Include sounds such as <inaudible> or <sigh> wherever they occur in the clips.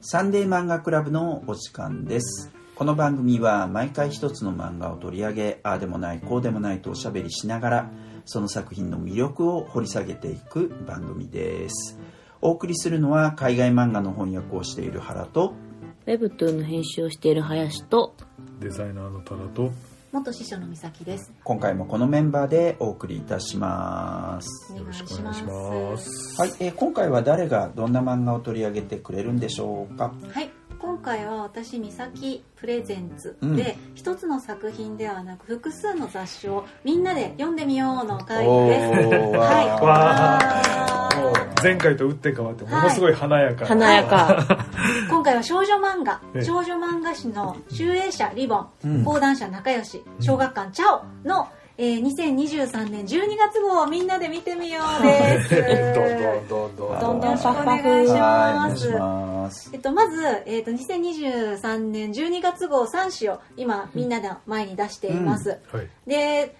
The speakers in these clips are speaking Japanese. サンデー漫画クラブのお時間ですこの番組は毎回一つの漫画を取り上げああでもないこうでもないとおしゃべりしながらその作品の魅力を掘り下げていく番組ですお送りするのは海外漫画の翻訳をしている原とウェブトゥーンの編集をしている林とデザイナーのタラと元師匠の美咲です。今回もこのメンバーでお送りいたしますおよろ願いしくしお願まいしす。ます。はい、えー今回は誰がどんな漫画を取り上げてくれるんでしょうかはい、今回は私美咲プレゼンツうんで、一つの作品ではなく複数の雑誌をみんなで読んでみようの回おでーす。はい。わーわわもう前回と打って変わってものすごい華やかな、華や <laughs> <laughs> かー今回は少女漫画ええ少女漫画誌の集英社リボうんン講談社仲良し小学館チャオの、えー、2023年12月号をみんなで見てみようです。どんどん <laughs> どんどんどんどんよろよろししくおくお願願いいしはいおし願まいしす。ますえっと、まず、えっと、2023年12月号3紙を今みんなの前に出しています、はい、で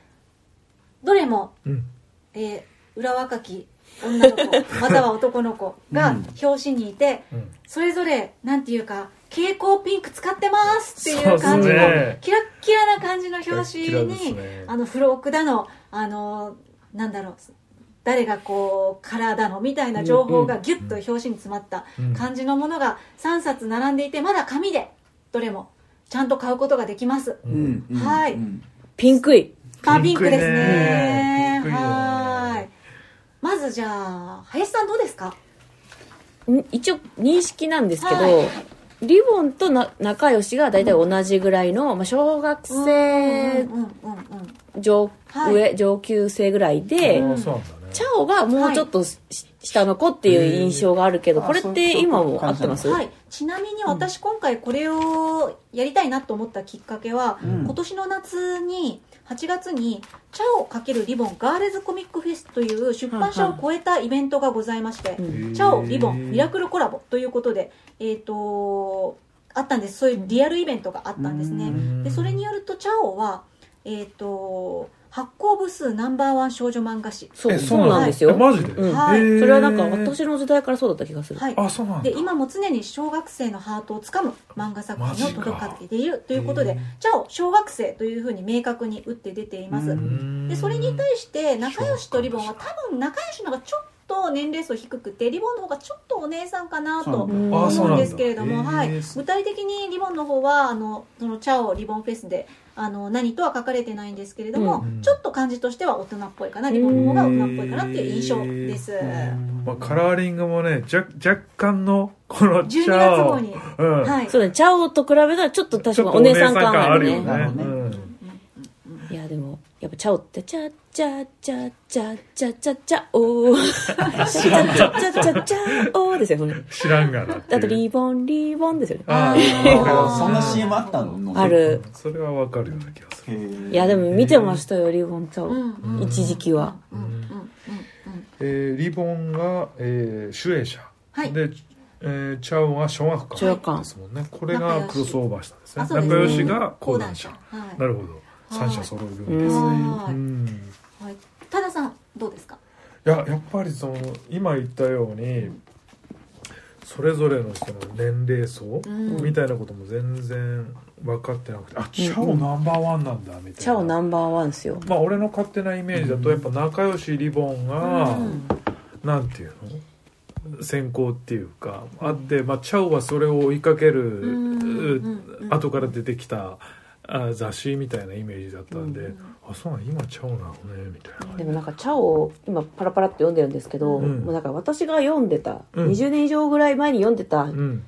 どれも、うん、えー裏若き女の <laughs> 子または男の子うがん表紙にいて、うんそれぞれなんていうか蛍光ピンク使ってますっていそううっす感じのねキラッキラな感じの表キラ紙キラですに、ねあのフロークだのあのなんだろう誰がこうカラーだのみたいな情報がギュッと表紙に詰まったうん感じのものが3冊並んでいてまだ紙でどれもちゃんと買うことができますう、うんんうんはいうんピンクいパーピンクですピンねクいねはいまずじゃあ林さんどうですかん一応認識なんですけど、はリボンとな仲良しが大体同じぐらいの、まあ、小学生うんうんうんうん上,、はい上上級生ぐらいで、ああそうなんだねチャオがもうちょっとし、下の子っていう印象があるけどへーこれって今も合ってます、はい、ちなみに私今回これをやりたいなと思ったきっかけは、うん今年の夏に8月に「チャオ×リボンガールズコミックフェス」という出版社を超えたイベントがございまして、うへんーチャオリボンミラクルコラボということで、えー、とあったんですそういうリアルイベントがあったんですうねんでそれによるとチャオは、えー、と発行部数ナンバーワン少女漫画誌、そうえそうなんですよ、えマジで、うんはいへーそれはなんか私の時代からそうだった気がする、はい、あそうなんだで今も常に小学生のハートをつかむ漫画作品を届かけているということへで「チャオ小学生」というふうに明確に打って出ていまうすんうんでそれに対して仲良しとリボンは多分仲良しの方がちょっと年齢層低くてリボンの方がちょっとお姉さんかなとそうなんだあ思そううなんんだですけれども、へーはい、具体的にリボンの方はあのその「チャオリボンフェスで」あの何とは書かれてないんですけれども、うんうんちょっと感じとしては大人っぽいかなリボンの方が大人っぽいかなっていう印象です。まあ、カラーリングもね若若干のこのチ12月ャオ号に、うんはいそうだねチャオと比べたらちょっと確かにお姉さん感あるねちょっとお姉さん感あるよねいやでもやっぱチャオってチャチャチャチャチャチャチャオーチャチャチャチャチャオーですよね知らんがなっていうあとリボンリボンですよねああーそんなー CM あったのあるそれはわかるような気がするへーいやでも見てましたよリボンチャうんオうん一時期はうんうんうんうんえーリボンが、えー、主演者、はいで、えー、チャオが小学小学館館ですもんねこれがクロスオーバーしたんですねあそうですね仲良しが講談社はいなるほど三者揃うようにですねはういんはい多田さんどうですかいややっぱりその今言ったようにそれぞれのその年齢層うんみたいなことも全然分かってなくて、あチャオナンバーワンなんだみたいなチャオナンバーワンですよまあ俺の勝手なイメージだとやっぱ仲良しリボンが、うんなんていうの先行っていうかあって、まあ、チャオはそれを追いかける、うんうんうん後から出てきたあ雑誌みたいなイメージだったんで、うんあそうなん今チャオなのねみたいなでもなんかチャオを今パラパラって読んでるんですけど、うんもうなんか私が読んでた、うん20年以上ぐらい前に読んでたうん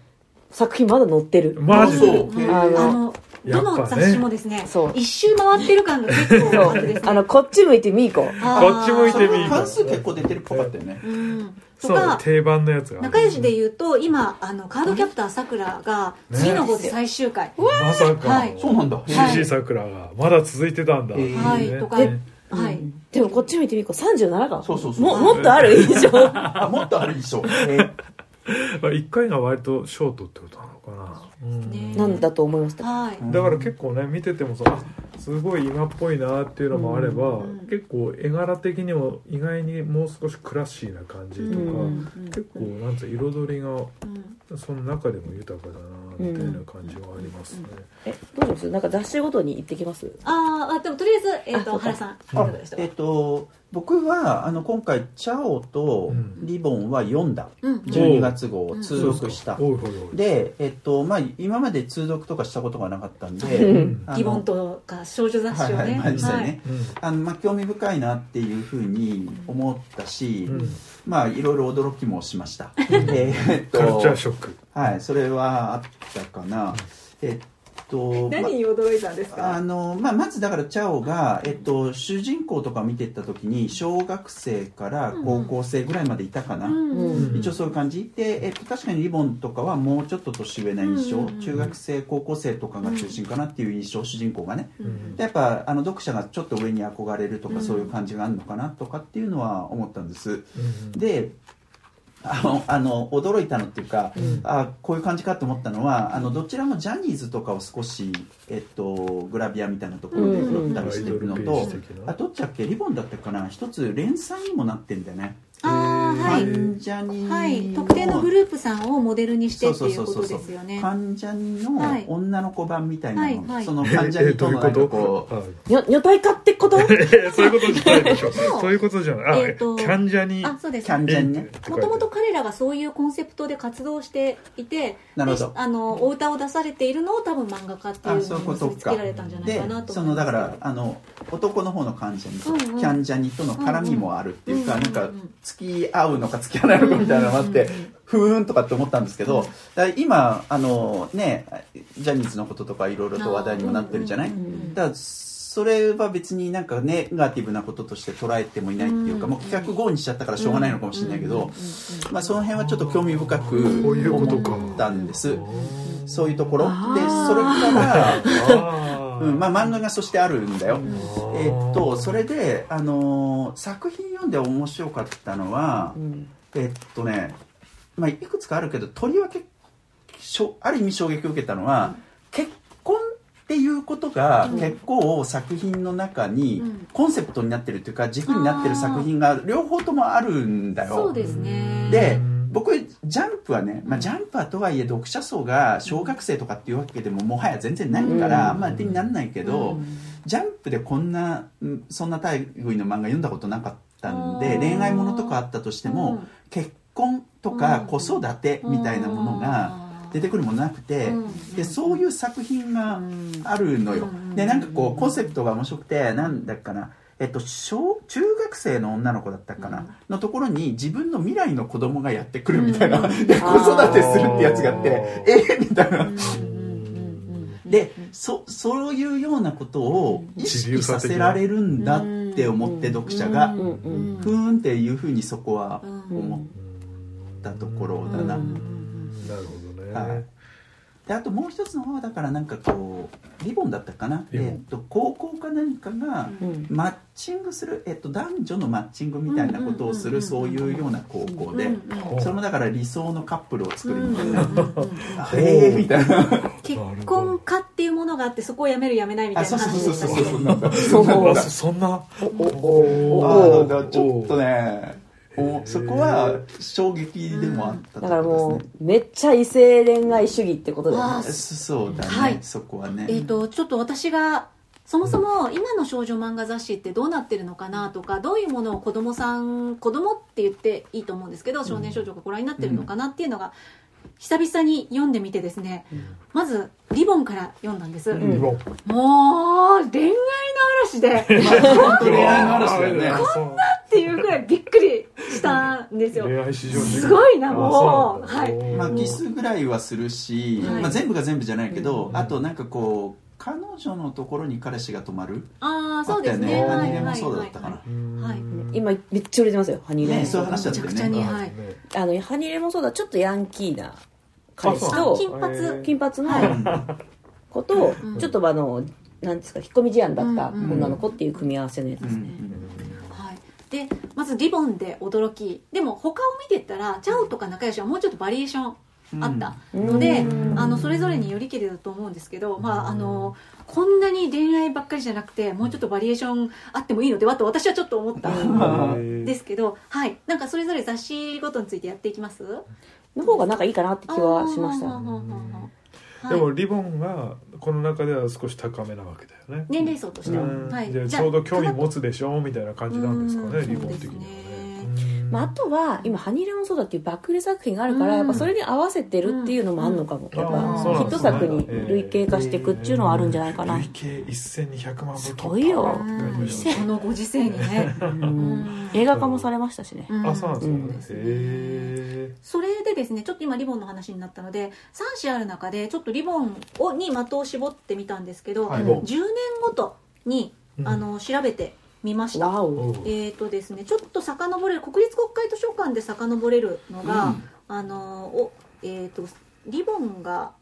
作品まだ載ってる、マジでうんああののどやのっぱね雑誌もですねそう一周回ってる感が結構あってですあねのこっち向いてみーこあーこっち向いてみ関数結構出てるっぽかったよねうんとそうか定番のやつがある仲良しで言うと今あのカードキャプターさくらがね次の号で最終回まさか、はいそうなんだはい CG さくらがまだ続いてたんだ、へーはいいねとかねはいでもこっち向いてみーこ37かそうそうそうももっとある印象あもっとあるでしょまあ、1回が割とショートってことなのかな、うんねなんだと思いましたはいだから結構ね見ててもさあすすごい今っぽいなっていうのもあれば、うんうん結構絵柄的にも意外にもう少しクラシーな感じとか、うん結構なんつうの彩りがうんその中でも豊かだなみたいな感じはありますね、えどうしますなんか雑誌ごとに行ってきますあーあでもとりあえず、えー、あそとうか原さんあどうでしたえっと僕はあの今回「チャオ」とうん「リボン」は読んだ、うん12月号をうん通読した、おいおいおいで、えっとまあ、今まで通読とかしたことがなかったんうでんあの疑問とか少女雑誌をはいはね,、いまあ実際ね、うんあのまあ、興味深いなっていうふうに思ったし、うんまあいろいろ驚きもしました。えーっカルチャーと、ショックはい、それはあったかな。えっと、何に驚いたんですまあかのまあ、まずだからチャオが、えっと、主人公とか見てった時に小学生から高校生ぐらいまでいたかな、うん一応そういう感じで、えっと、確かにリボンとかはもうちょっと年上な印象、うんうんうん中学生高校生とかが中心かなっていう印象、主人公がねうんうんでやっぱあの読者がちょっと上に憧れるとか、うんそういう感じがあるのかなとかっていうのは思ったんですうんであのあの驚いたのっていうか、うんあこういう感じかと思ったのはあのどちらもジャニーズとかを少し、えっと、グラビアみたいなところで拾ったりしてるのと、うんうんアイドルページ的なあどっちだっけリボンだったかな一つ連載にもなってんだよねあーはい患者にはい特定のグループさんをモデルにしてってそういそううこそうとそでうすよね患者のはい女の子版みたいなの、はいはいその患者にとのなんかこうあ女女体化って <laughs> ことえそういうことじゃないでしょそうそういうことじゃないあ、えーとキャンジャにあそうですキャンジャにねもともと彼らがそういうコンセプトで活動していてなるほどであのお歌を出されているのを多分漫画家っていうあそうのいうことにか結びつけられたんじゃないでかなとそ思いのまだすけかどらあの男の方の患者にと、うんうんキャンジャニとの絡みもあるっていうか、うんうんなうんんうんか付き合うのか付き合わないのかみたいなのがあって、うんうんうんふーんとかって思ったんですけど、だから今あのねジャニーズのこととかいろいろと話題にもなってるじゃない、あーうんうんうんだからそれは別になんかネガティブなこととして捉えてもいないっていうか、うんもう企画後にしちゃったからしょうがないのかもしれないけど、まあ、その辺はちょっと興味深こういうくことか思ったんです、あそういうところであそれからーうん、まあ漫画がそしてあるんだよ、んえっとそれで、あのー作品読んで面白かったのは、うんえっとね、まあ、いくつかあるけどとりわけしょある意味衝撃を受けたのは、結婚っていうことがうん結構作品の中にうんコンセプトになってるというか軸になってる作品が両方ともあるんだよ。そうですねでうん僕ジャンプはね、まあ、うんジャンプはとはいえ読者層が小学生とかっていうわけでももはや全然ないから、うんまあ手にならないけど、ジャンプでこんなうんそんな大類の漫画読んだことなかったんあでー恋愛ものとかあったとしても、結婚とかう子ん育てみたいなものが出てくるものなくて、でそういう作品があるのよ、うんでなんかこうコンセプトが面白くてなんだっかなえっと、小中学生の女の子だったかな、うんのところに自分の未来の子供がやってくるみたいな、う <laughs> んで子育てするってやつがあってあえみたいな、でうんそそういうようなことを意識させられるんだって思ってうん読者が、うんうんふーんっていうふうにそこは思っうんたところだな、うんなるほどね、はいであともう一つの方はだからなんかこうリボンだったかな、えリボンっと高校か何かがうんうんマッチングする、えっと男女のマッチングみたいなことをするうんそうんううんうんいうような高校うでんうんうんそれもだから理想のカップルを作るみたいな、結あへえみたいな婚化っていうものがあってそこをやめるやめないみたあいそうなそう話そでうしそうそうそたっけ <laughs> うなんだそうあそそんなおおおあーおだからちょっとねおそこは衝撃でもあったとだからころもですねうめっちゃ異性恋愛主義ってことだよあねーそうだね、はいそこはね、えー、とちょっと私がそもそも今の少女漫画雑誌ってどうなってるのかなとかどういうものを子供さん子供って言っていいと思うんですけど少年少女がご覧になってるのかなっていうのが久々に読んでみてですねまず「リボン」から読んだんです、んリボンもう恋愛の嵐で本当恋愛の嵐だよねこんなっていうぐらいびっくりしたんですよ恋愛市場すごいなもうはいまあ、いキスぐらいはするし、はいまあ、全部が全部じゃないけど、うんあとなんかこう彼女のところに彼氏が泊まるああそうですねあったよはねいアニメもはいそうだっはたかな、はい今めっちゃ売れてますよハニーレねそういう話だいっめたちよゃくちゃねにはい <laughs> あのハニーレもそうだちょっとヤンキーな彼氏あと金髪金髪うのん子とうんちょっとあのなんですか引っ込み思案だったうん女の子っていう組み合わせのやつですね、はい、でまずリボンで驚きでも他を見てったらチャオとか仲良しはもうちょっとバリエーションあったうんので、うんあのそれぞれによりけりだと思うんですけど、まあ、あのこんなに恋愛ばっかりじゃなくてもうちょっとバリエーションあってもいいのではと私はちょっと思ったんえですけど、はい、なんかそれぞれ雑誌ごとについてやっていきますの方がなんかいいかなって気はしましあーたはいでもリボンはこの中では少し高めなわけだよね。年齢層としては、うんはい、じゃあちょうど興味持つつでしょみたいな感じなんですかうねんリボン的にはね。うんまあ、あとは今「ハニーラもそうだ」っていうバックレ作品があるから、うんやっぱそれに合わせてるっていうのもあんのかも、うんやっあぱーヒット作に類型化していくっていうのはあるんじゃないかな、累計1200万部突破すごいよって書いてましたねこのご時世にね、うん映画化もされましたしね、 <laughs> うんあそうなんですそね。うへですえ。それでですねちょっと今リボンの話になったので3種ある中でちょっとリボンをに的を絞ってみたんですけど、はいうん10年ごとに、うんあの調べてみました、わおえーとですね、ちょっと遡れる国立国会図書館で遡れるのが、うんあのおえー、とリボンが、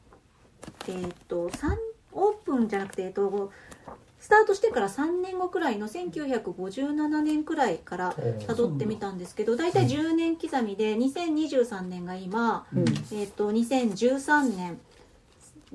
えー、と三オープンじゃなくて、えー、とスタートしてから3年後くらいの1957年くらいから辿ってみたんですけど大体10年刻みで2023年が今、うんえー、と2013年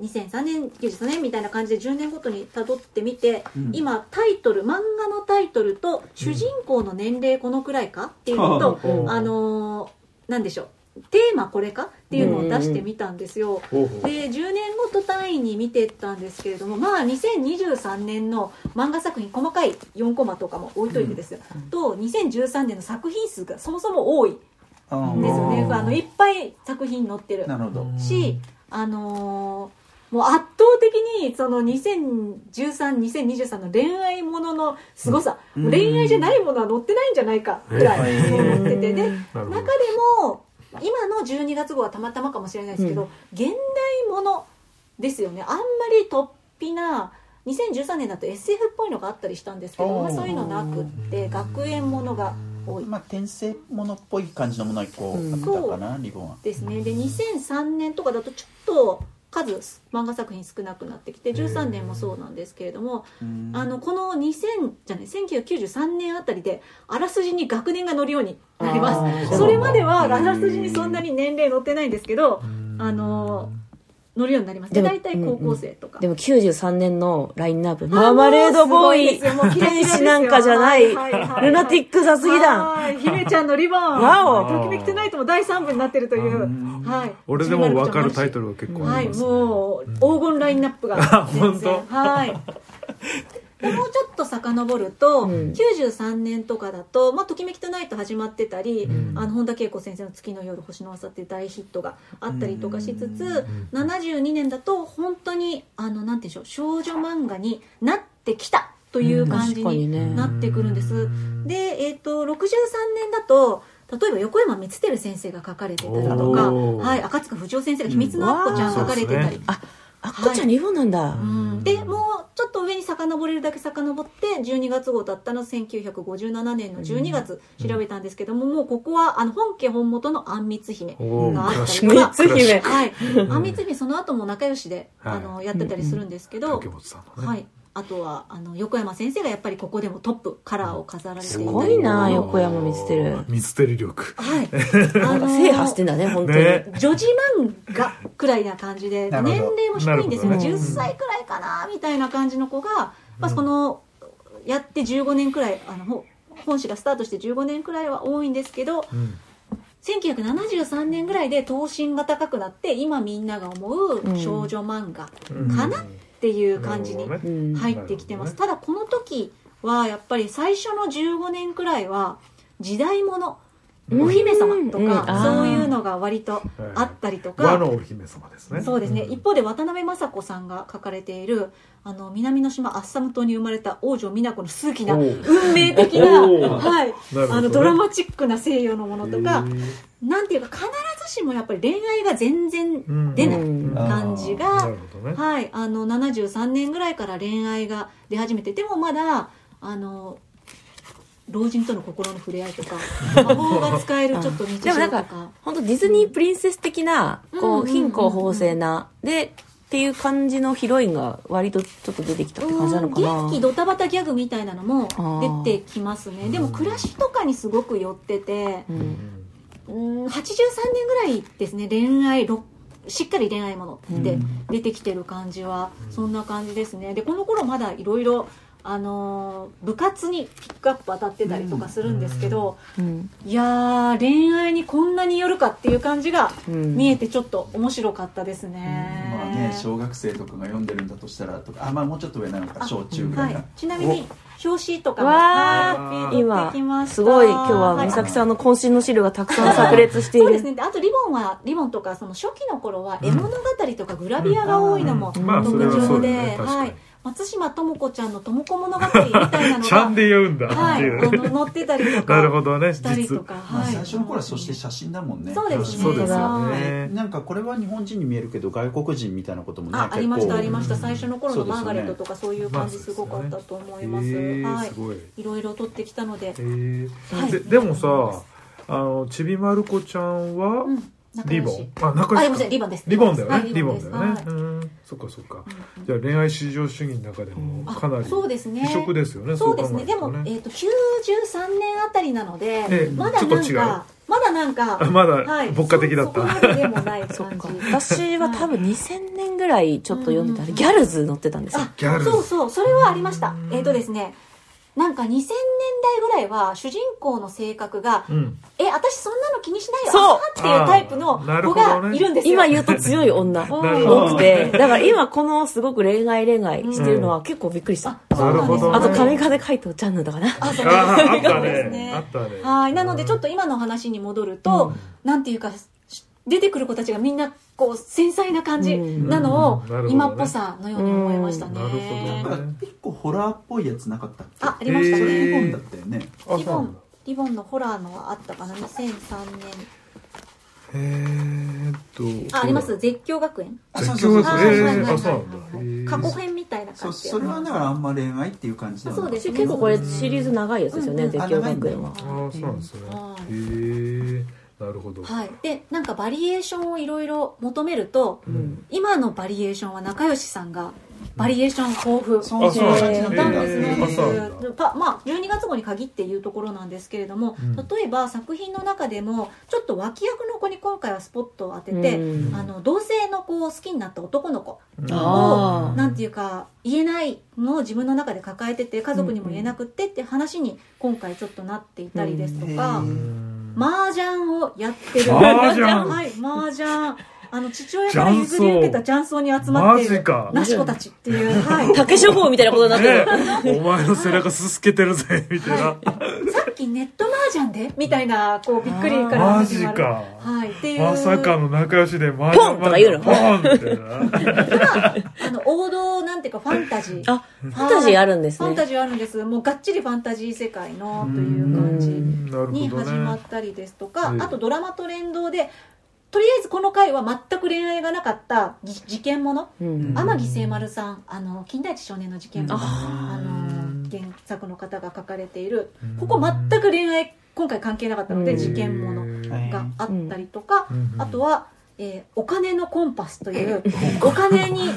2003年93年みたいな感じで10年ごとに辿ってみて、うん今タイトル漫画のタイトルと主人公の年齢このくらいかっていうのと、うんあのーなんでしょうテーマこれかっていうのを出してみたんですよ。ほうほうで10年ごと単位に見てったんですけれどもまあ2023年の漫画作品細かい4コマとかも置いといてですよ、と2013年の作品数がそもそも多いんあですよねーあのいっぱい作品載ってるなるほどし、あのーもう圧倒的にその20132023の恋愛もののすごさ、うん恋愛じゃないものは載ってないんじゃないかぐらいうんそう思っててでなるほ中どでも今の12月号はたまたまかもしれないですけど、う現代ものですよねあんまり突飛な2013年だと SF っぽいのがあったりしたんですけど、おーまあ、そういうのなくって学園ものが多いまあ転生ものっぽい感じのものが一個あったかな、リボンはですねで2003年とかだとちょっと数漫画作品少なくなってきて13年もそうなんですけれどもうんあのこの2000じゃない1993年あたりであらすじに学年が乗るようになりますすそれまではあうんらすじにそんなに年齢載ってないんですけどあの乗るようになりますででも大体高校生とかでも93年のラインナップ「マーマレードボーイ」「天使なんかじゃない」「ルナティクックさすぎだ」ひめちゃんのリボ <laughs> ンわおときめきてないとも第3部になってるといううはい俺でも分かるタイルトルが結構あはりい、ますね。もう黄金ラインナップが本当 <laughs> はいでもうちょっと遡ると、うん93年とかだと「まあ、ときめきとナイト」始まってたり、うんあの本田恵子先生の「月の夜星の朝」っていう大ヒットがあったりとかしつつ、ん72年だと本当にあのなんて言うんでしょう少女漫画になってきたという感うじん確かににねなってくるんです、で、えー、と63年だと例えば横山光輝先生が書かれてたりとか、おーはい、赤塚不二夫先生が「秘密のアッコちゃん」書かれてたり、ああっこちゃんリボンなんだ、うんでもうちょっと上に遡れるだけ遡って12月号だったの1957年の12月調べたんですけども、もうここはあの本家本元の「あんみつ姫」おーがあったりとかクラシック三つ姫はい、あんみつ姫その後も仲良しで、はいあのやってたりするんですけど、竹本さんのね。はい、あとはあの横山先生がやっぱりここでもトップカラーを飾られていたすりごいな横山光輝見捨てる力 <laughs> はい、なあんか制覇してんだね本当に、ね女児漫画くらいな感じでなるほ年ど齢も低いんですよねなるほど10ね歳くらいかなみたいな感じの子が、まあ、そのやって15年くらいあのほ本誌がスタートして15年くらいは多いんですけどうん1973年ぐらいで等身が高くなって今みんなが思う少女漫画かなっていう感じになるほどねうん入ってきてます、うんただこの時はやっぱり最初の15年くらいは時代物お姫様とうんうんかあーそういうのが割とあったりと和かのお姫様ですねそうですねん一方で渡辺雅子さんが書かれているあの南の島アッサム島に生まれた王女美奈子の数奇なおう運命的な、おうはいほどねあのドラマチックな西洋のものとかへーなんていうか必ずしもやっぱり恋愛が全然出ないうんあ感じが、なるほどねはい、あの73年ぐらいから恋愛が出始めてでもまだあの老人との心の触れ合いと <laughs> か魔法が使えるちょっと日で常もなんとかか本当ディズニープリンセス的なこうんう貧困法制なでっていう感じのヒロインが割とちょっと出てきたって感じなのかうんな元気ドタバタギャグみたいなのも出てきますねでも暮らしとかにすごく寄ってて、うんうん、83年ぐらいですね恋愛ロッしっかり恋愛ものって出てきてる感じはそんな感じですねでこの頃まだいろいろあのー部活にピックアップ当たってたりとかするんですけど、うんいやー恋愛にこんなによるかっていう感じがうん見えてちょっと面白かったですね。まあね小学生とかが読んでるんだとしたらとかあまあもうちょっと上なのかあ小中ぐらはいいが、ちなみに表紙とかわーはい今出てきましたすごい今日は美見せ咲さんの渾身の資料がたくさん炸裂していそうでするねであとリボンはリボンとかその初期の頃は絵物語とかグラビアが多いのもうんまあ特それはそ徴うだで、よね確かはにい、松島智子ちゃんの「智子物語」みたい <laughs> なのちゃんがで言うんだっはてい、いあう、の載ってたりと <laughs> かなるほどねしたり実とか、まあ、はい、最初の頃はそして写真だもんねそうですねそうですよえねなんかこれは日本人に見えるけど外国人みたいなこともねあありましたありましたうん最初の頃そうのですマよねーガレットとかそういう感じすごかったと思います,、へーはいすごいいろいろ撮ってきたのでえ、ーはいででもさあのちびまる子ちゃんはうん、仲リ良ボしンあ仲良あしリボンじゃないリボンですリボンだよはねいリボンだリボンでよねすはういんそっかそっかじゃあ恋愛至上主義の中でもあかなりそうですね異色ですよねそ考えうでるすとねでも、えー、と93年あたりなので、ええまだなんちょっと違うかまだなんあか、 <laughs> まだはい、牧歌的だっそたそこまででもないそっ感かじ私は多分2000年ぐらいちょっと読んでたあれギャルズ載ってたんですよあギャルそうそうそれはありましたうんえっ、とですねなんか2000年代ぐらいは主人公の性格がうん「え私そんなの気にしないよそうあははっていうタイプのあーなる子ほどねがいるんですよ、今言うと強い女うんなるほど多くてだから今このすごく恋愛恋愛してるのは結構びっくりしたあそうなんですなあるほどと神ね風海斗ちゃんのだかなあそうあーあった <laughs> そうですねあったねはいなのでちょっと今の話に戻ると、なんていうかし出てくる子たちがみんなこう繊細な感じうんなのをうんなるほどね今っぽさのように思いましたね。うんなるほどねなんか一個ホラーっぽいやつなかったっけあありましたそね。れえ日本だったよねあリそうなボんだンリボンのホラーのはあったかな2003えーっと年ああります絶叫学園あ絶そう叫そうそう学はいはい園はいえーあそうなんはいだ過去編みたいなそ感うじでそれはだからあんま恋愛っていう感じではなかったあそうです結構これシリーズ長いやつですよねうん絶叫学園はあーそうなんですねはへいーなるほどはいでなんかバリエーションをいろいろ求めるとうん今のバリエーションは仲良しさんがバリエーション豊富そうそうあそそうういうな感んじだっただなんでよすねへーあそうねなんだパまあ、12月号に限っていうところなんですけれども、うん例えば作品の中でもちょっと脇役の子に今回はスポットを当てて、うんあの同性の子を好きになった男の子あーなんていうか言えないのを自分の中で抱えてて家族にも言えなくってって話に今回ちょっとなっていたりですとか、うんうん麻雀をやってる麻雀はい麻雀あの父親から譲り受けた雀荘に集まっていマるジかなし子たちっていう、はい、竹処方みたいなことになってるねお前の背中すすけてるぜみたいなはさっきネット麻雀でみたいなこうびっくりからマ始ジまるかはい、っていうまさかの仲良しでマポンとか言うのポンみたいな <laughs> あの王道なんていうかファンタジーあファンタジーあるんですファンねタジーあるんですもうがっちりファンタジー世界のという感うじんなるほどねに始まったりですとうか、んあとドラマと連動でとりあえずこの回は全く恋愛がなかったぎ事件もの、うん天城聖丸さんあの金田一少年の事件ものあの原作の方が書かれているここ全く恋愛今回関係なかったのうでん事件ものはいがあったりとか、うんあとは、えーお金のコンパス」というお金に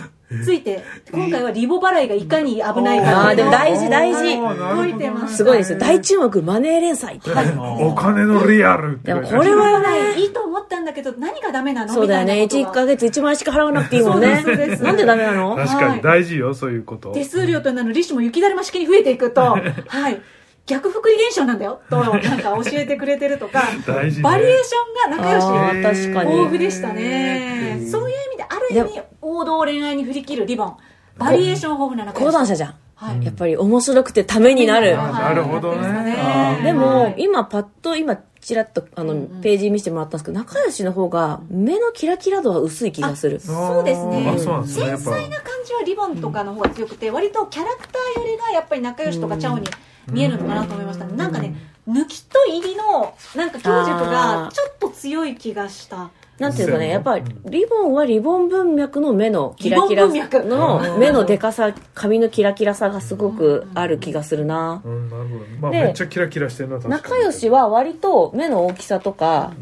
ついて今回はリボ払いがいかに危ないかあーでも大事大事解いてますすごいですよ大注目マネー連載ってお金のリアルっでて書もいてあこるれはねはいいいと思ったんだけど何がダメなのそうだよねみたい1なことヶが月1万円しか払わなくていいもんねそうですそうですなんでダメなの確かに大事よそういうこと手数料となる利子も雪だるま式に増えていくとはい逆福利現象なんだよとなんか教えてくれてるとか大事ねバリエーションが仲良しあー豊確かに富でしたね、うんそういう意味である意味王道恋愛に振り切るリボンバリエーション豊富な仲良講し談社じゃんはい、やっぱり面白くてためになるはいなるほどねなってますあーではもい今パッと今ちらっとあうんのうんページ見せてもらったんですけど仲良しの方が目のキラキラ度は薄い気がするそうですねあそうなんですねや繊っ細なぱ感じはリボンとかの方が強くて、割とキャラクターよりがやっぱり仲良しとかチャオに見えるのかなと思いましたね、なんかね抜きと入りのなんか強弱がちょっと強い気がしたなんていうかねやっぱりうリボンはリボン文脈の目のキラキラリボン文脈の目のでかさ髪のキラキラさがすごくある気がするなうんなるほどまあでめっちゃキラキラしてるな確かに仲良しは割と目の大きさとか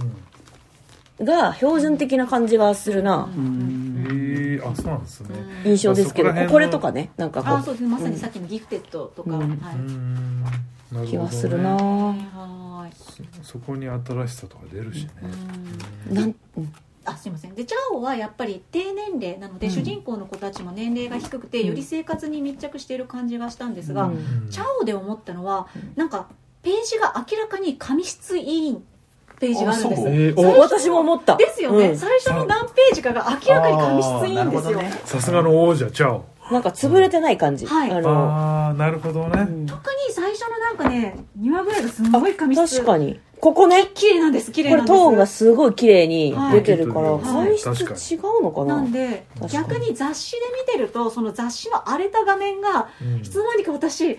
が標準的な感じがするなうんえーあそうなんですね印象ですけどそこら辺のこれとかねなんかあこそうですねまさにさっきのギフテッドとか、うんはうい、んなるほどうね気がするなはいはいそこに新しさとか出るしねうんなんうんあすいませんでチャオはやっぱり低年齢なので、うん主人公の子たちも年齢が低くて、うんより生活に密着している感じがしたんですが、うんチャオで思ったのは、うんなんかページが明らかに紙質委員ページがあるんであすそえー、おお私も思ったですよね、うん最初の何ページかが明らかに紙質委員ですよ、あーなるほどねさすがの王者チャオなんか潰れてない感じ、はいあのああなるほどうねん特に最初のなんかね2話ぐらいがすごい紙質確かにここね綺麗なんです綺麗こなれんですトーンがすごい綺麗に出てるから、はい材質確か違うのかななんで確かに逆に雑誌で見てるとその雑誌の荒れた画面がうんいつの間にか私あ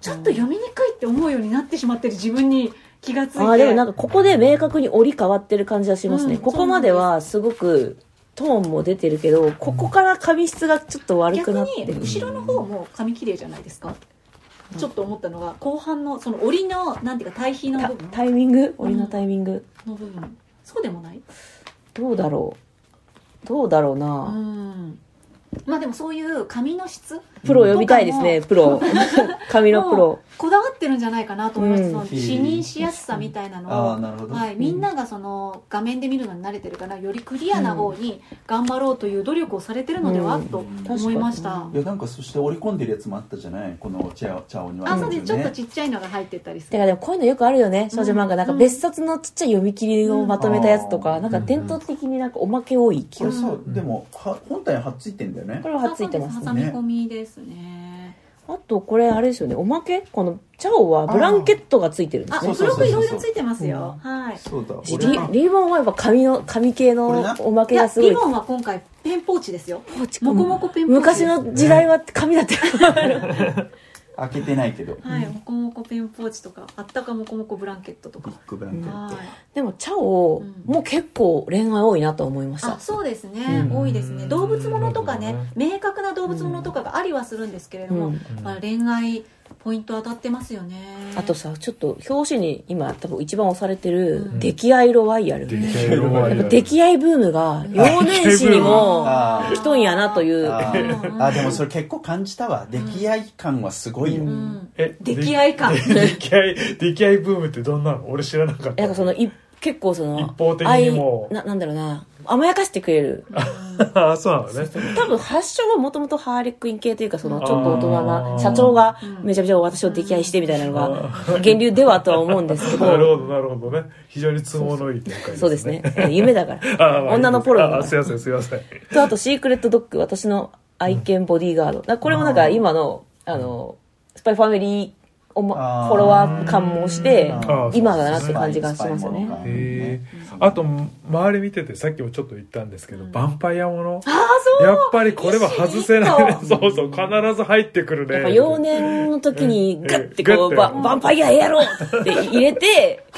ちょっと読みにくいって思うようになってしまってる自分に気がついてあーでもなんかここで明確に折り変わってる感じがしますね、うんここまではすごくトーンも出てるけどここから髪質がちょっと悪逆くなっにてる後ろの方も紙綺麗じゃないですか、ちょっと思ったのが後半のその折りのなんていうか対比のた部分タイミング折りのタイミング、の部分そうでもないどうだろうどうだろううな、んまあでもそういう紙の質プロ呼びたいですねプ <laughs> ロ髪のプロもこだわってるんじゃないかなと思います、うんその視認しやすさみたいなのあをあなるほど、はい、みんながその画面で見るのに慣れてるからよりクリアな方に頑張ろうという努力をされてるのでは、うんと確か思にいましたい。やなんかそして織り込んでるやつもあったじゃないこのチャオチャオにはあ、そうでねちょっとちっちゃいのが入ってたりすてる。かでもこういうのよくあるよね少女漫画、うんなんか別冊のちっちゃい読み切りをまとめたやつとか、うんなんか伝統的になんかおまけ多い気こがれすさ、うんでもは本体にはっついてんだよねるこれははっついてます挟み込みですね。あとこれあれですよねおまけこのチャオはブランケットがついてるんですあ、ねそう付そうそう録そういろいろついてますよ。はい。そうだリ俺はリボンはやっぱ紙の紙系の俺なおまいけやがすごリいボンは今回ペンポーチですよ。ポーチもこもこペンポーチ。昔。の時代は紙だったよ開けてないけどはい、もこもこペンポーチとか、あったかもこもこブランケットとビかッ。グブランケッはトい。 <laughs> でもチャオうんもう結構恋愛多いなと思いましたあそうですね、うん多いですね動物ものとかねなる明確な動物ものとかがありはするんですけれども、うんまあ、恋愛ポイント当たってますよねあとさちょっと表紙に今多分一番押されてうる「ん、出来合い色ワイヤル」出来合いのワイヤル出来合いブームが幼年誌にもあ来とんやなといううあうんーあでもそれ結構感じたわ出来合い感はすごいよ、ううん、え出来合い感出来合い出来合いブームってどんなの俺知らなかっえたなんかそのい結構その一方的にも愛ななんだろうな甘やかしてくれる <laughs> ああそうなのね多分発祥はもともとハーレクイン系というかそのちょっと大人あなー社長がめちゃめちゃ私を溺愛してみたいなのが源流ではとは思うんですけなるどほどなるほどね非常に都合のいい展開そうですねえー夢だかあーまあらいいです女のポロあーのすいませんすいませんとあとシークレットドッグ私の愛犬ボディーガードだからこれもなんか今のあのスパイファミリーをあまーフォロワー感もしてあー今だなって感じがしますよスパイものねかへーあと周り見ててさっきもちょっと言ったんですけど、ヴァンパイアものああそうやっぱりこれは外せないねいいそうそう必ず入ってくるねやっぱ幼年の時にガッてこううんバヴァンパイアやろうって入れて <laughs>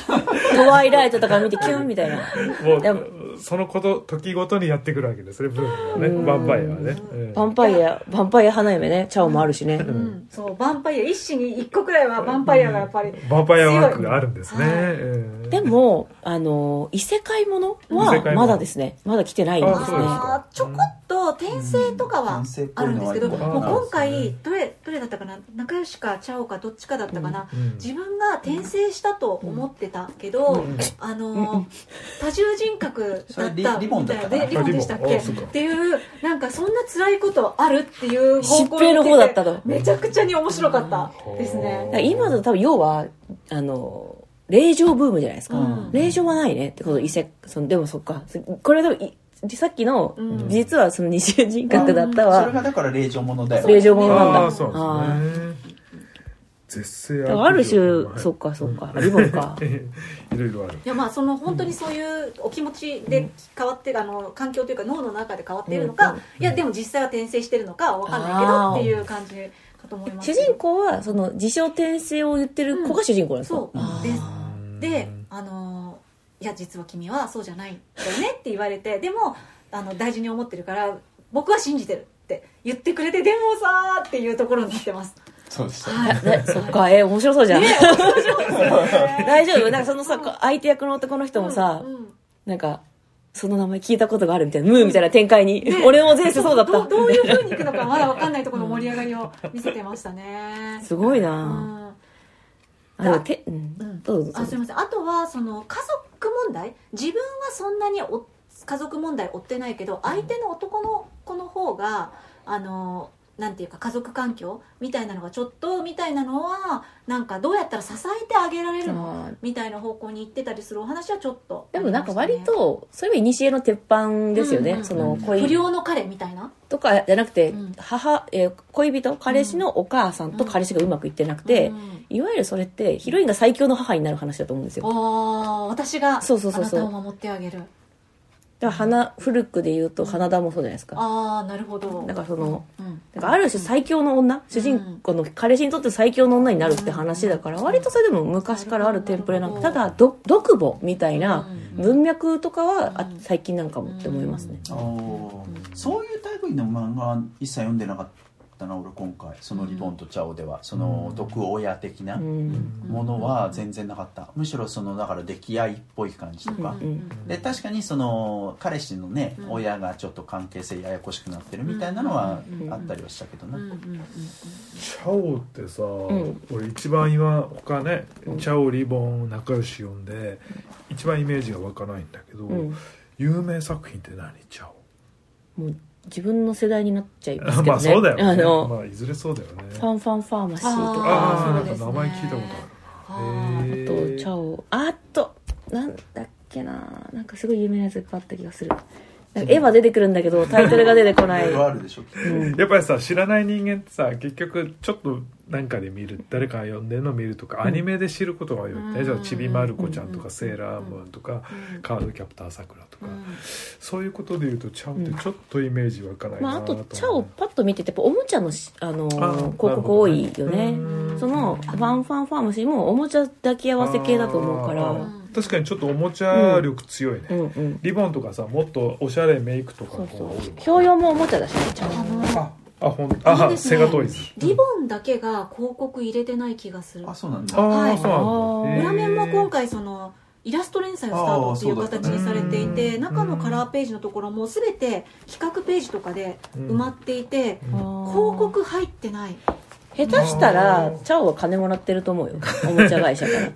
トワイライトとか見てキュンみたいなもでうそのこと時ごとにやってくるわけですねブームがねヴァンパイアはね、うヴんァンパイアヴァンパイア花嫁ねチャオもあるしねうん、そうヴァンパイア一種に一個くらいはヴァンパイアがやっぱり、ヴァンパイアワークがあるんですね、はうんでも、あの、異世界もの異世界はものまだですね。まだ来てないんですあそうですね。かあーちょこっと転生とかはうん転生っぽあいるんのではすあけるど、かなもう今そうです回ねどれどれだったかな仲良しかチャオかどっちかだったかな、うん自分が転生したと思ってたけど、うんあのー多重人格だっそれリたリボンみだたったいかでなリボンでしたっけあそうかっていうなんかそんな辛いことあるっていう方向疾病の方だったとめちゃくちゃに面白かったですねだから今だと多分、要は、あの、霊場ブームじゃないですうか。ん霊場はないねってこと、異世、その、でもそっか。これは多分い、さっきのう、ん実はその二重人格だったそれは、がだから令状ものだよ霊場ものなんああだ。そうなんですね絶世だか悪女らある種は、いそっかそっか。リボン <laughs> か。いろいろあるいやまあその本当にそういうお気持ちで変わってあの環境というか脳の中で変わっているのか、うんうんいやでも実際は転生してるのかわかんないけあどーっていう感じかと思います主人公は、その、自称転生を言ってる子が主人公なんですかそうあですーであのいや実は君はそうじゃないんだよねって言われてでもあの大事に思ってるから僕は信じてるって言ってくれてでもさーっていうところになってますそうでしたはいね <laughs> そっか、えー、面白そうじゃん。ね大丈夫なんかそのさ、こう相手役の男の人もさ、うんうんなんか、その名前聞いたことがあるみたいな、ムーみたいな展開に、俺も前世そうだった。どどういうふうにいくのかまだわかんないところの盛り上がりを見せてましたねすごいうな、んぁあ、でもて、うん、うんどうぞどあうすぞみ。ませんあとはその家族問題自分はそんなにお家族問題追ってないけど相手の男の子の方があのなんていうか家族環境みたいなのがちょっとみたいなのはなんかどうやったら支えてあげられるのあーみたいな方向に行ってたりするお話はちょっとでもなんか割とそういう意味古の鉄板ですよね、うんうんその不恋良の彼みたいなとかじゃなくて、うん母えー恋人彼氏のお母さんと彼氏がうまくいってなくて、うんいわゆるそれってヒロインが最強の母になる話だと思うんですよあー私があそうそうそうなそうたを守ってあげるだから花古くで言うと花田もそうじゃないですかああなるほどだからそのうんだからある種最強の女、主人公の彼氏にとって最強の女になるって話だから、割とそれでも昔からあるテンプレなうんんただど独母みたいなうん文脈とかは、あうん最近なんかもって思いますね、あーそういう類の漫画は一切読んでなかったな俺今回その「リボンとチャオ」ではその毒親的なうんものは全然なかったむしろそのだから溺愛っぽい感じとかう、んで確かにその彼氏のね、うん親がちょっと関係性ややこしくなってるみたいなのはうんうんうんあったりはしたけどうな、んうんうんうんチャオってさ、ん俺一番今他ねうんチャオリボン仲良し呼んで一番イメージが湧かないんだけど、うん有名作品って何チャオもう自分の世代になっちゃいますけ <laughs> どまあねそうだよねあの、まあ、いずれそうだよねファンファンファーマシーとああかなあーんか名前聞いたことあそうるあなでへとーチャオあとなんだっけななんかすごい有名なやついっぱいあった気がするなんか絵は出てくるんだけどタイトルが出てこないいろいろあるでしょきっとうんやっぱりさ知らない人間ってさ結局ちょっと何かで見る誰かが読んでるの見るとか、アニメで知ることが多いよね、うんじゃあちびまる子ちゃんとか、うんセーラームーンとか、うんカードキャプターさくらとか、うんそういうことでいうとチャオってちょっとイメージ湧かないなまあ、あとと思う、チャオパッと見ててやっぱおもちゃのし、あのーあー広告多いよなるねほどねそのファンファンファームシーもおもちゃ抱き合わせ系だと思うかあらんー確かにちょっとおもちゃ力強いね、うんうんリボンとかさもっとおしゃれメイクとかそのう方そが多いもんねう教養もおもちゃだしねチャあオのああほんあいいですセねガトイズリボンだけが広告入れてない気がするあそうなんああ、だはいそうなんだへー裏面も今回そのイラスト連載をスタートっていう形にされていて、あーそうだったね中のカラーページのところも全て企画ページとかで埋まっていて、うん広告入ってない下手したあらーチャオは金もらってると思うよおもちゃ会社 <laughs> から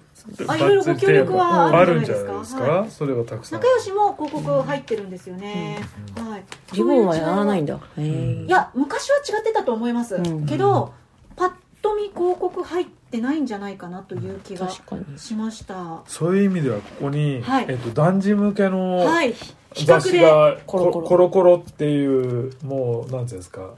あいろいろご協力はああるるんんじじゃゃなないでいですすか、かそれはたくさん仲良しも広告入ってるんですよね、はい、リボンはやらないんだへうんえいや昔は違ってたと思います、うんけどパッと見広告入ってないんじゃないかなという気が確かにしましたそういう意味ではここに、はいえっと、男児向けのはい比雑較誌でがコロコロコロコロっていうもうなんていうんですか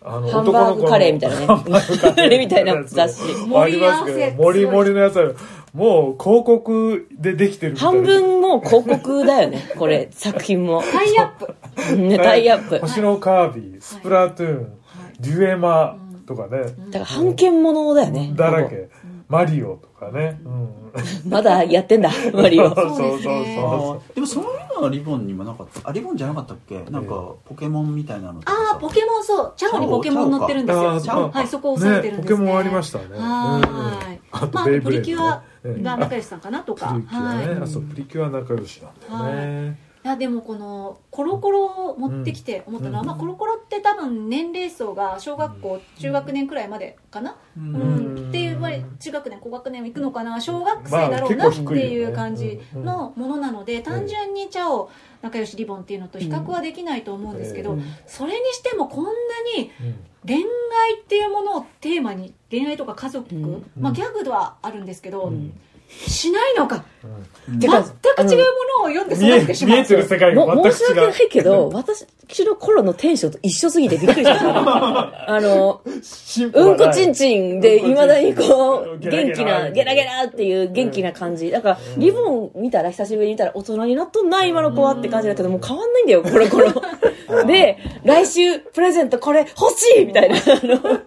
あのハンバーグカレーみたいなねカレーみたいな雑誌ありますけども盛りり合もわせりのやつあるもう広告でできてるみたいな半分もう広告だよねこれ作品 <laughs> もタイアップねタイアップ星のカービィスプラトゥーン、デュエマとかね、だから半券ものだよねだらけマリオとかね、うん、まだやってんだ、マリオ。そうそうそうですそうねあそーでもそういうのはリボンにもなかったあリボンじゃなかったっけなんかポケモンみたいなのとかさああポケモンそうチャオにポケモン乗ってるんですあーよチャオかはいそこ押さえてるんです、ねねポケモンありましたねはーい、あとまああベイとブプレードねリキュアうんが仲良しさんかなとうプか、リキュアね、はいあそうプリキュア仲良しなんだよね、いやでもこのコロコロを持ってきて思ったのは、うんまあ、コロコロって多分年齢層が小学校、中学年くらいまでかな、ううんんっていう割中学年高学年行くのかな小学まあ生だろうなって結構低いいようね感じのものなので、単純に茶を仲良しリボンっていうのと比較はできないと思うんですけど、うんそれにしてもこんなにうん恋愛っていうものをテーマに恋愛とか家族、うんまあ、ギャグではあるんですけど、んしないのかうんて全かく違うものを読んで育ってしまう。てる世界も申し訳ないけ <laughs> ど、私の頃のテンションと一緒すぎてびっくりした。あの、うんこちんちんで、いまだにこう、元気な、ゲラゲラっていう元気な感じ。だから、リボン見たら、久しぶりに見たら、大人になっとんな、今の子はって感じだけど、もう変わんないんだ <laughs> よ、コロコロ。で、来週、プレゼントこれ欲しいみたいな、あの、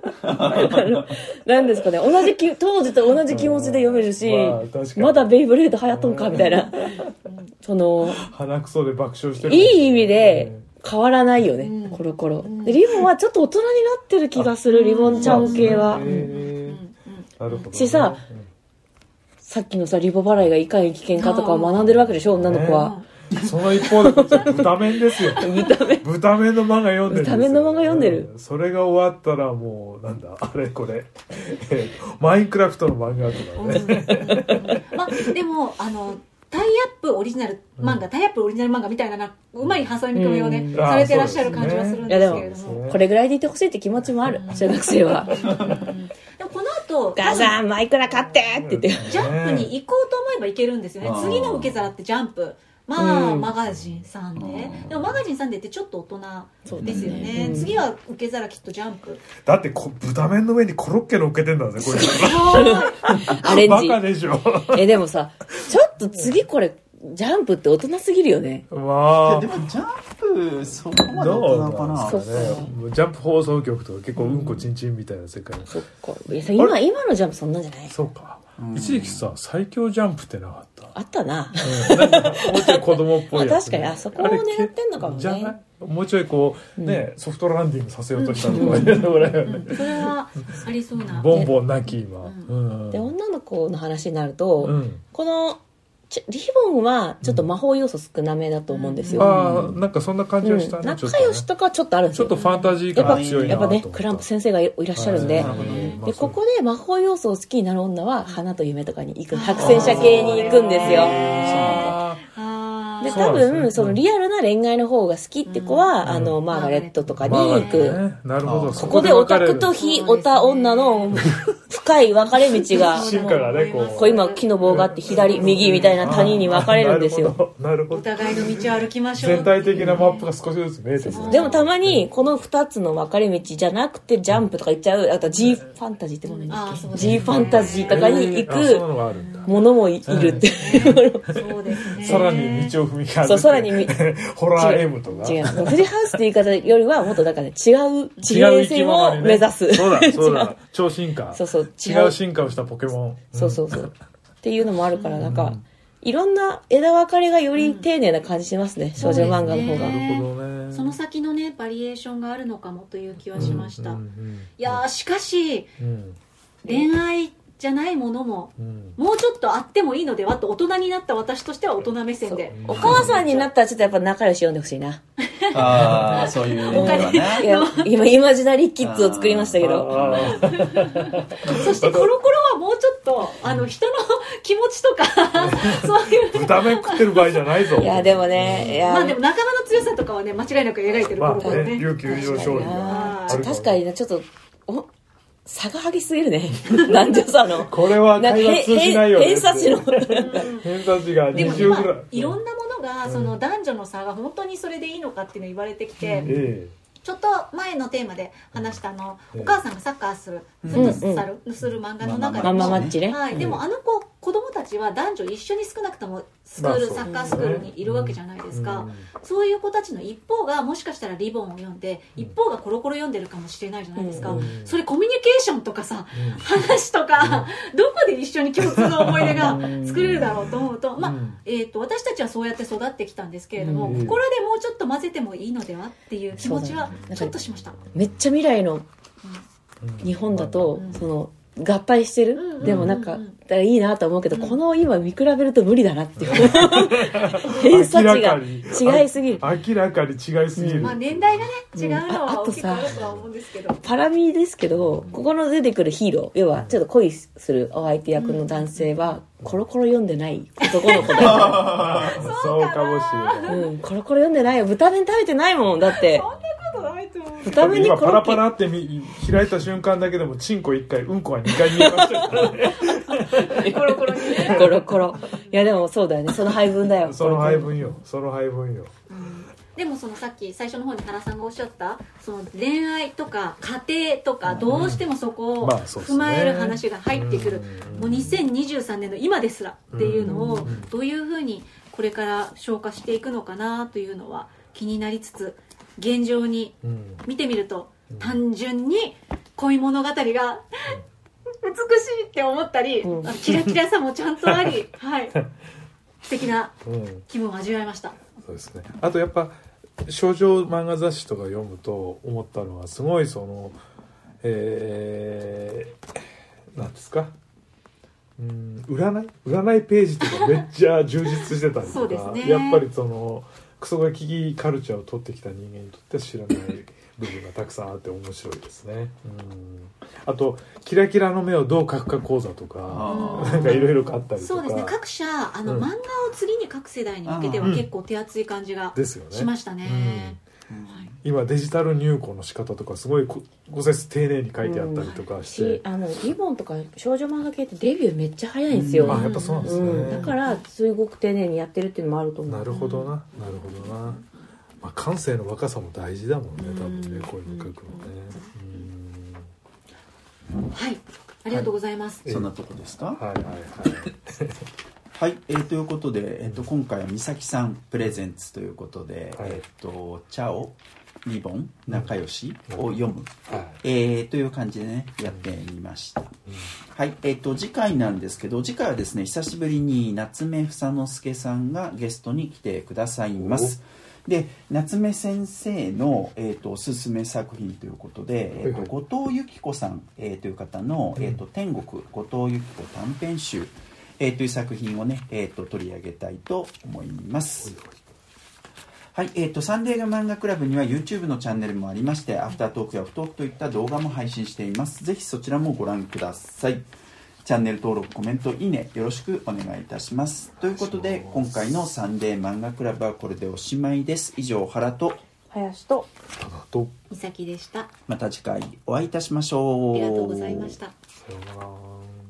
あのなんですかね、同じき、当時と同じ気持ちで読めるしまあ確かに、まだベイブレード流行っとんか、みたいな。その、鼻くそで爆笑してるいい意味で変わらないよね、うんコロコロ。で、リボンはちょっと大人になってる気がする、リボンちゃん系はへ。うんうーんなるほどねしささっきのさ、リボ払いがいかに危険かとかを学んでるわけでしょ、女の子は。うんその一方でこっちは豚麺で <laughs> すよ豚麺豚麺の漫画読んでるんです豚よ麺の漫画読んでるうんそれが終わったらもうなんだあれこれマインクラフトの漫画とかねうんうんまあでもあのタイアップオリジナル漫画、タイアップオリジナル漫画みたいななうまい挟み込みをね、うんされてらっしゃる感じはするんですけれども、ねこれぐらいでいてほしいって気持ちもある中学生 <laughs> はでもこの「後お母さんマイクラ買って!」って言ってジャンプに行こうと思えば行けるんですよねあー次の受け皿ってジャンプまあ、うんマガジンさんでうんでもマガジンさんでってちょっとそ大人うでですすよねね、うん次は受け皿きっとジャンプだってこ豚麺の上にコロッケ乗っけてんだぜこれアレンバジカでしょえでもさちょっと次これジャンプって大人すぎるよねまあでもジャンプそこまでどう大な人かなのそかうねジャンプ放送局とか結構うんこちんちんみたいな世界そっかいやさ今今のジャンプそんなんじゃないそうかうん一時期さ最強ジャンプってなかったあったなうんなんかもうちょい子供っぽいやつ、あ確かにあそこを狙ってんのかもねじゃないもうちょいこうね、ソフトランディングさせようとしたのかこうれんそれはありそうなボンボンなき今、ううんで女の子の話になると、うんこのちょリボンはちょっと魔法要素少なめだと思うんですよ、ああなんかそんな感じうはんしたね、ちょっと仲ね良しとかはちょっとあるんですちょよっとファンタジーやっぱ感が強いなやっぱねと思たクランプ先生がいらっしゃるんで、はいまあでここで魔法要素を好きになる女は花と夢とかに行くあー白戦車系に行くんですよああーでそ多うなんですね分そのリアルな恋愛の方が好きって子は、んあのマーガレットとかーにま行あく、ねなるほどあーここでオタクとそ非オタ女の深い分かれ道が進化がねこうこう今木の棒があって左右みたいな谷に分かれるんですよなるほおどなるほど互いの道を歩きましょう全体的なマップが少しずつ見えてくるでもたまにこの2つの分かれ道じゃなくてジャンプとか行っちゃうあと G ファンタジーってものにあーそうですね G ファンタジーとかに行えーあそんなくのがあるんだものもいるってそうですねさらに道を踏み外れてそうさらにみ <laughs> ホラー M とか違うフリーハウスって言い方よりはもっとだから、ね、違う地平線を目指す、違う生き <laughs> 物にねそうだそうだ超進化そうそう違違うう進化をしたポケモンそうそうそうっていうのもあるからなんかいろんな枝分かれがより丁寧な感じしますね、少女漫画の方が、そうですねなるほどねその先のねバリエーションがあるのかもという気はしました、うんいやーしかしうん恋愛じゃないものもうんもうちょっとあってもいいのではと大人になった私としては大人目線でお母さんになったらちょっとやっぱ仲良し読んでほしいなああそういう意味ではねいや今イマジナリーキッズを作りましたけどあーそしてコロコロはもうちょっとあの人の気持ち <laughs> とかそういう豚麺食ってる場合じゃないぞいやでもねいや、まあでも仲間の強さとかはね間違いなく描いてるま頃あはねね琉球洋確か商に品がなあある確かになちょっとお差が激しすぎるね <laughs> 男女差 <laughs> のこれは会話通じないよね偏差値の偏差値がでも20今ぐらいいろんなものがその男女の差が本当にそれでいいのかっていうの言われてきて、えちょっと前のテーマで話したあの、うんお母さんがサッカーする、フットサルする漫画の中でマも、ママッチね、はい、でもあの子子供たちは男女一緒に少なくともスクール、まあサそッうカースクールにいるわけじゃないでえすか、うんそういう子たちの一方がもしかしたらリボンを読んで一方がコロコロ読んでるかもしれないじゃないですか、うんそれコミュニケーションとかさ、話とか、どこで一緒に共通の思い出が作れるだろうと思うと、まあうんえー、と私たちはそうやって育ってきたんですけれども、うんこれでもうちょっと混ぜてもいいのではっていう気持ちはそうだねちょっとしました。めっちゃ未来のうん日本だと、うんその合体してる、うんでもなんかうんだからいいなと思うけど、この今見比べると無理だなっていう <laughs> 偏差値が違いすぎる明らかに違いすぎる、まあ年代がね違うのうんあはあ大ときくあさるとは思うんですけど、パラミですけどここの出てくるヒーロー要はちょっと恋するお相手役の男性は、コロコロ読んでない男の子だよそうかもしれないうん、コロコロ読んでないよ豚麺食べてないもんだってそんなことないと思う豚麺にコ今ロッケパラパラってみ開いた瞬間だけでもチンコ1回うんこは2回見えましたから <laughs> ねコロコロにね <laughs> コロコロいやでもそうだよねその配分だよその配分よその配分よでもそのさっき最初の方に原さんがおっしゃったその恋愛とか家庭とかどうしてもそこをまあそうです踏ねまえる話が入ってくる、うんもう2023年の今ですらっていうのをどういうふうにこれから消化していくのかなというのは気になりつつ現状にうん見てみると単純に恋物語が美しいって思ったり、うんあのキラキラさもちゃんとあり、はい、素敵なうん気分を味わいました。そうですねあとやっぱ少女漫画雑誌とか読むと思ったのはすごいそのえー、なんですかうん占い占いページとかめっちゃ充実してたりとかそうですねやっぱりそのクソガキカルチャーを取ってきた人間にとっては知らない部分がたくさんあって面白いですね。うんあと「キラキラの目をどう描くか講座」とかあなんかいろいろあったりとかそうですね各社あの、うん漫画を次に各世代に向けてはうん結構手厚い感じがですよねしましたね、はい今デジタル入稿の仕方とかすごいこご説丁寧に書いてあったりとかして、しあのリボンとか少女漫画系ってデビューめっちゃ早いんですよ、うんあやっぱそうなんですね、うん、だからすごく丁寧にやってるっていうのもあると思うなるほどななるほどな、まあ、感性の若さも大事だもんね多分ねうんこういうの書くのねうんはいありがとうございます、そんなとこですかはいはいはいはい、えーということで、えー、と今回は美咲さんプレゼンツということで「はいえー、とチャオ」「リボン」「仲良し」を読む、はえーという感じでねやってみました、いはい、えっ、と、次回なんですけど、次回はですね、久しぶりに夏目房之助さんがゲストに来てくださいます。で、夏目先生の、えっ、と、おすすめ作品ということで、えっ、はいと、後藤由紀子さん、えーという方の、うんえっ、と、天国後藤由紀子短編集、えーという作品をね、えっ、と、取り上げたいと思います。はい、えっ、と、サンデー漫画クラブには YouTube のチャンネルもありまして、アフタートークやオフトークといった動画も配信しています。ぜひそちらもご覧ください。チャンネル登録、コメント、いいね、よろしくお願いいたします。ということで、今回のサンデー漫画クラブはこれでおしまいです。以上、原と、林とただと美咲でしたまた次回お会いいたしましょう。ありがとうございましたさようなら